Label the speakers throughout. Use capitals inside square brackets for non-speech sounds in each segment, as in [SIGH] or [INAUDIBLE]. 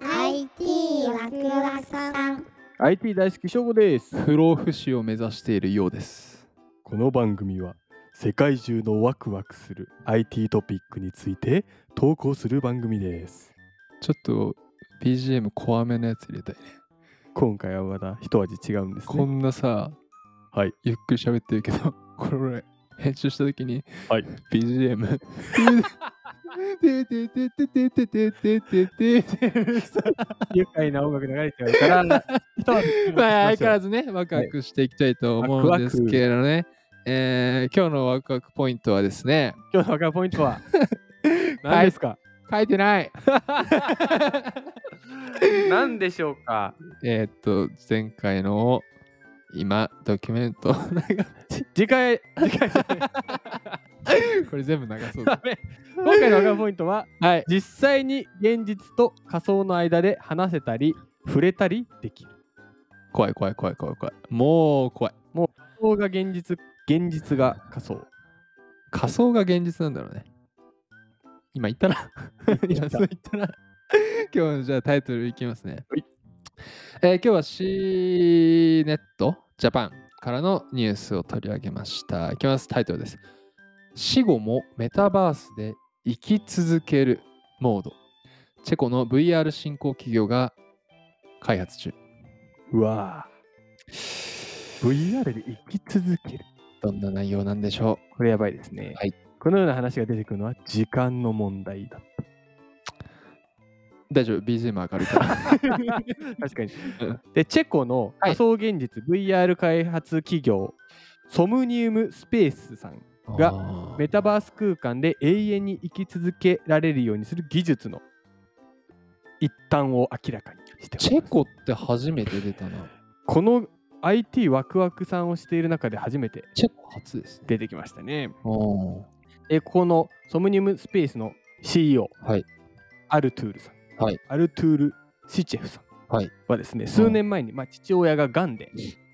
Speaker 1: IT ワクワクさん
Speaker 2: IT 大好き翔吾です
Speaker 3: 不老不死を目指しているようです
Speaker 4: この番組は世界中のワクワクする IT トピックについて投稿する番組です
Speaker 3: ちょっと BGM 怖めのやつ入れたいね
Speaker 4: 今回はまだ一味違うんです
Speaker 3: こ
Speaker 4: ね
Speaker 3: んなさ
Speaker 4: はい
Speaker 3: ゆっくり喋ってるけどこれ俺編集した時に、
Speaker 4: はい
Speaker 3: BGM ててててててててててて
Speaker 2: 愉快な音楽流れちゃうから
Speaker 4: [LAUGHS]
Speaker 2: 一味違う
Speaker 3: まあ相変わらずねワクワクしていきたいと思うんですけれどね、えー今日のワクワクポイントはですね
Speaker 2: 今日のワクワクポイント
Speaker 4: [LAUGHS]
Speaker 2: は何ですか
Speaker 3: 書いてない
Speaker 2: 何でしょうか
Speaker 3: えーっと前回の今ドキュメント
Speaker 2: 次
Speaker 4: [LAUGHS]
Speaker 2: 回次回じゃない
Speaker 3: これ全部流そう
Speaker 2: ダ
Speaker 3: だ
Speaker 2: メ今回のワクワクポイントは
Speaker 3: はい
Speaker 2: 実際に現実と仮想の間で話せたり触れたりできる
Speaker 3: 怖い怖い怖い怖い怖いもう怖い
Speaker 2: 仮想が現実現実が仮
Speaker 3: [LAUGHS]
Speaker 2: 想
Speaker 3: 仮想が現実なんだろうね今言ったな今そう言ったな今日のじゃあタイトルいきますね、
Speaker 4: はい
Speaker 3: えー今日は C ネットジャパンからのニュースを取り上げましたいきますタイトルです死後もメタバースで生き続けるモードチェコの VR 振興企業が開発中
Speaker 4: うわぁ VR で生き続ける
Speaker 3: どんな内容なんでしょ
Speaker 2: これやばいですね、
Speaker 3: はい
Speaker 4: このような話が出てくるのは時間の問題だ
Speaker 3: う大丈夫 BGM 明るいから [LAUGHS]
Speaker 2: 確かに
Speaker 3: うん。
Speaker 2: で、チェコの
Speaker 3: は
Speaker 2: 仮
Speaker 3: い
Speaker 2: 想現実 VR 開発企業、ソムニウムスペースさん、が
Speaker 3: あー
Speaker 2: メタバース空間で永遠に生き続けられるようにする技術の一端を明らかにしております
Speaker 3: チェコって初めて出たな。
Speaker 2: この IT ワクワクさんをしている中で初めて
Speaker 3: チェコ初ですね。
Speaker 2: 出てきましたね。
Speaker 3: おー
Speaker 2: で、ここのソムニウムスペースの CEO、
Speaker 3: はい
Speaker 2: アルトゥールさん、
Speaker 3: はい
Speaker 2: アルトゥール・シチェフさん
Speaker 3: はい
Speaker 2: はですね、数年前に、まあ、父親が癌で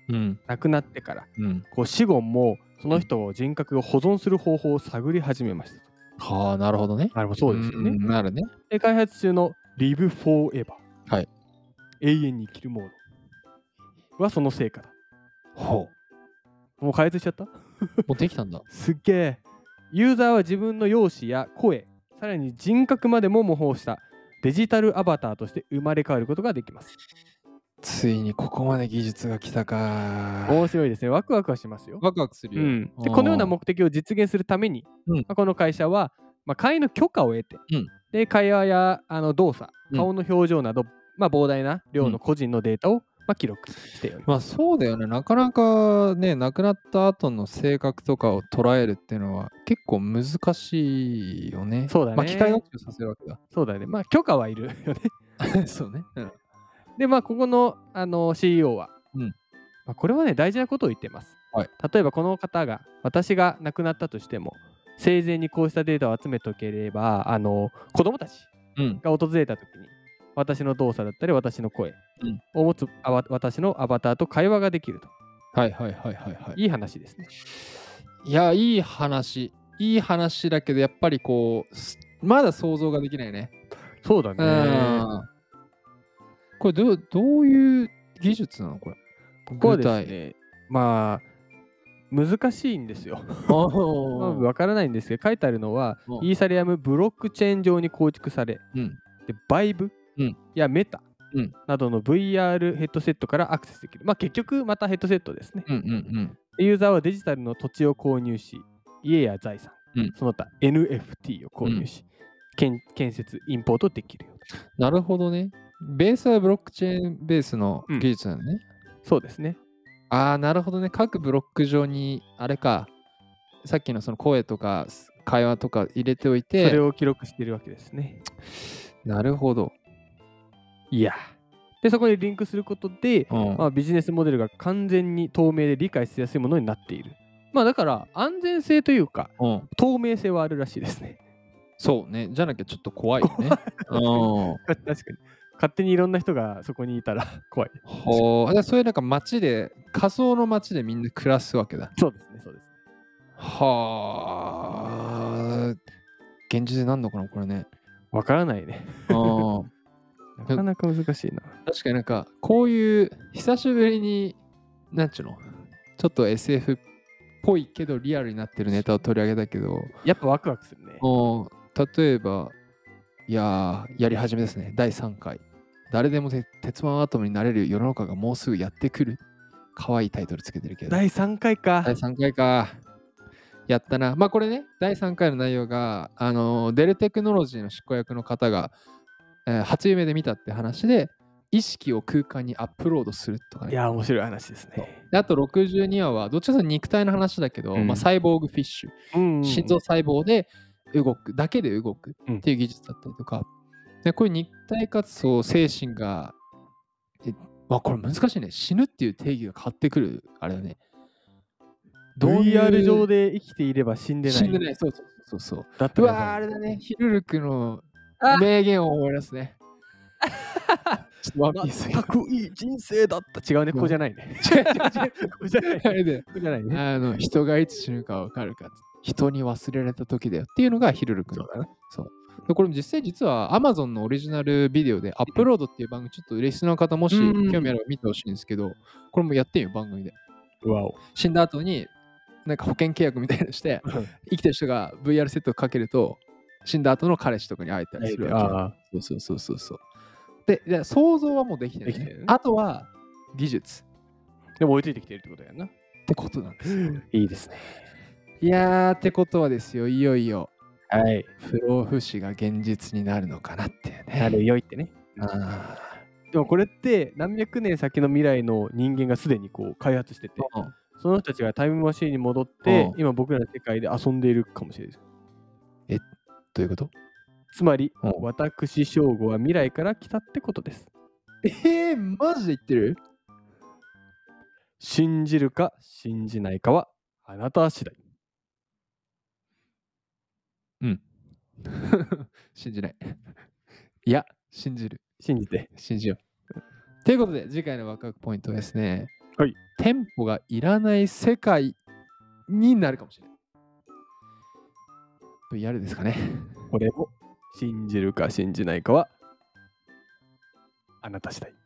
Speaker 3: うん。
Speaker 2: 亡くなってから、
Speaker 3: うん。
Speaker 2: こう死後もその人を人格を保存する方法を探り始めました。
Speaker 3: はあ、なるほどね。
Speaker 2: なるほど、そうですよね。
Speaker 3: んなるね。
Speaker 2: で、開発中の Live Forever、
Speaker 3: はい
Speaker 2: 永遠に生きるモードはその成果だ。
Speaker 3: ほ
Speaker 2: もう開発しちゃった
Speaker 3: う。持ってきたんだ。
Speaker 2: すっげえ。ユーザーは自分の容姿や声、さらに人格までも模倣したデジタルアバターとして生まれ変わることができます。
Speaker 3: ついにここまで技術が来たか。
Speaker 2: 面白いですね。ワクワクはしますよ。
Speaker 3: ワクワクす
Speaker 2: う
Speaker 3: るよ。
Speaker 2: ん、で
Speaker 3: あー
Speaker 2: このような目的を実現するために、
Speaker 3: うん
Speaker 2: まあ、この会社は、まあ、会員の許可を得て、
Speaker 3: うん
Speaker 2: で会話やあの動作
Speaker 3: うん
Speaker 2: 顔の表情など、まあ、膨大な量の個人のデータを、まあ、記録しております。
Speaker 3: まあそうだよね。なかなかね、亡くなった後の性格とかを捉えるっていうのは結構難しいよね。
Speaker 2: そうだね
Speaker 3: まあ機械学習させるわけだ。
Speaker 2: そうだね、まあ、許可はいるよね。
Speaker 3: [LAUGHS] そうね。うん。
Speaker 2: で、まあ、ここのあの CEO は、
Speaker 3: うん
Speaker 2: まあ、これはね大事なことを言ってます。
Speaker 3: はい
Speaker 2: 例えばこの方が私が亡くなったとしても生前にこうしたデータを集めておければあの子供たち
Speaker 3: うん。
Speaker 2: が訪れた時に私の動作だったり私の声
Speaker 3: うん
Speaker 2: を持つあわ私のアバターと会話ができると
Speaker 3: はいはいはいはいはい。
Speaker 2: いい話ですね。
Speaker 3: いや、いい話。いい話だけど、やっぱりこう、すまだ想像ができないね。
Speaker 2: そうだ
Speaker 3: う。ん。これどう、どういう技術なのこれ。
Speaker 2: ここはですね、まあ難しいんですよ。
Speaker 3: 具体。あー
Speaker 2: ま
Speaker 3: [LAUGHS]
Speaker 2: あわからないんですけど書いてあるのは
Speaker 3: うん
Speaker 2: イーサリアムブロックチェーン上に構築され、
Speaker 3: うん
Speaker 2: でバイブ
Speaker 3: うん
Speaker 2: やメタ
Speaker 3: うん
Speaker 2: などの VR ヘッドセットからアクセスできる。まあ結局またヘッドセットですね。
Speaker 3: うんうん
Speaker 2: ユーザーはデジタルの土地を購入し、家や財産、
Speaker 3: うん
Speaker 2: その他 NFT を購入し、建建設、インポートできるよと。
Speaker 3: うん。なるほどね。ベースはブロックチェーンベースの
Speaker 2: うん
Speaker 3: 技術なのね。
Speaker 2: そうですね。
Speaker 3: ああ、なるほどね。各ブロック上に、あれか、さっきのその声とかす会話とか入れておい
Speaker 2: それ
Speaker 3: て、
Speaker 2: を記録しているわけですね。
Speaker 3: なるほど。
Speaker 2: いや。で、そこにリンクすることで、
Speaker 3: うん
Speaker 2: まあ、ビジネスモデルが完全に透明で理解しやすいものになっている。まあだから安全性というか
Speaker 3: うん
Speaker 2: 透明性はあるらしいですね。
Speaker 3: そうね。じゃなきゃちょっと怖いよね。うん。
Speaker 2: [LAUGHS] 確かに。勝手にいろんな人がそこにいたら [LAUGHS] 怖い。
Speaker 3: ほう。じゃあそういうなんか街で、仮想の街でみんな暮らすわけだ。
Speaker 2: そうですね、そうです。
Speaker 3: はあ。現実になんのかな、これね。
Speaker 2: わからないね。
Speaker 3: うん。
Speaker 2: なかなか難しいな。
Speaker 3: [LAUGHS] 確かになんかこういう久しぶりになんちゅうのちょっと SF っぽいけどリアルになってるネタを取り上げたけど
Speaker 2: やっぱワクワクするね。
Speaker 3: もう例えばいやーやり始めですね第3回誰でもて鉄腕アトムになれる世の中がもうすぐやってくる可愛いタイトルつけてるけど
Speaker 2: 第3回か。
Speaker 3: 第3回か。やったな。まあこれね、第3回の内容が、あのデルテクノロジーの執行役の方が、えー初夢で見たって話で、意識を空間にアップロードするとか
Speaker 2: い
Speaker 3: ね。
Speaker 2: や、面白い話ですね。
Speaker 3: であと62話は、どっちかというと肉体の話だけど、
Speaker 2: うん
Speaker 3: まあ、サイボーグフィッシュ、
Speaker 2: うん
Speaker 3: 心臓細胞で動く、だけで動くっていう技術だったりとか、でこういう肉体活動、精神が、えまあ、これ難しいね。死ぬっていう定義が変わってくる、あれだね。
Speaker 2: VR 上
Speaker 3: で
Speaker 2: で生きていれば死んでない。
Speaker 3: 死んでない、そうそうそうそう。
Speaker 2: だった
Speaker 3: う
Speaker 2: らや
Speaker 3: わ
Speaker 2: ばい
Speaker 3: ーあれだね、ヒルルクの名言を思い出
Speaker 2: [LAUGHS]
Speaker 3: すね。ちょっとワンピース。
Speaker 2: 全くいい人生だった。違うね、ここじゃないね。違う違う違う。ここじゃない。こ
Speaker 3: あれで、
Speaker 2: こじゃない [LAUGHS] ね。
Speaker 3: [LAUGHS] あの、人がいつ死ぬかわかるか、人に忘れられた時だよっていうのがヒルルクの。そう。でこれも実際実は Amazon のオリジナルビデオでアップロードっていう番組、ちょっとレスナーの方もし
Speaker 2: うん
Speaker 3: 興味あれば見てほしいんですけど、これもやってんよ、番組で。
Speaker 2: うわお。
Speaker 3: 死んだ後に、なんか保険契約みたいなのして
Speaker 2: うん、
Speaker 3: 生きてる人が VR セットをかけると、死んだ後の彼氏とかに会えたりするわけ
Speaker 2: あ
Speaker 3: よ。そうそうそうそうそう。で、で想像はもうできてる、ね。
Speaker 2: できてるね
Speaker 3: あとは技術
Speaker 2: ーでも追いついてきてるってことやな。
Speaker 3: ってことなんです。
Speaker 2: いいですね。
Speaker 3: いやーってことはですよ、いよいよ
Speaker 2: はい。
Speaker 3: 不老不死が現実になるのかなっていうね。
Speaker 2: なるよいってね。
Speaker 3: あ
Speaker 2: でもこれって何百年先の未来の人間がすでにこう開発してて、
Speaker 3: ー
Speaker 2: その人たちがタイムマシーンに戻って
Speaker 3: う、ん
Speaker 2: 今僕らの世界で遊んでいるかもしれないです。
Speaker 3: どういうこと
Speaker 2: つまり
Speaker 3: うん、
Speaker 2: 私、翔吾は未来から来たってことです。
Speaker 3: えー、マジで言ってる [LAUGHS]
Speaker 2: 信じるか信じないかはあなた次第。
Speaker 3: うん。信じない。いや、信じる。
Speaker 2: 信じて。
Speaker 3: 信じよう。ということで、次回のワクワクポイントはですね、
Speaker 2: はい、
Speaker 3: テンポがいらない世界になるかもしれない。VR ですかね。
Speaker 2: これも信じるか信じないかはあなた次第。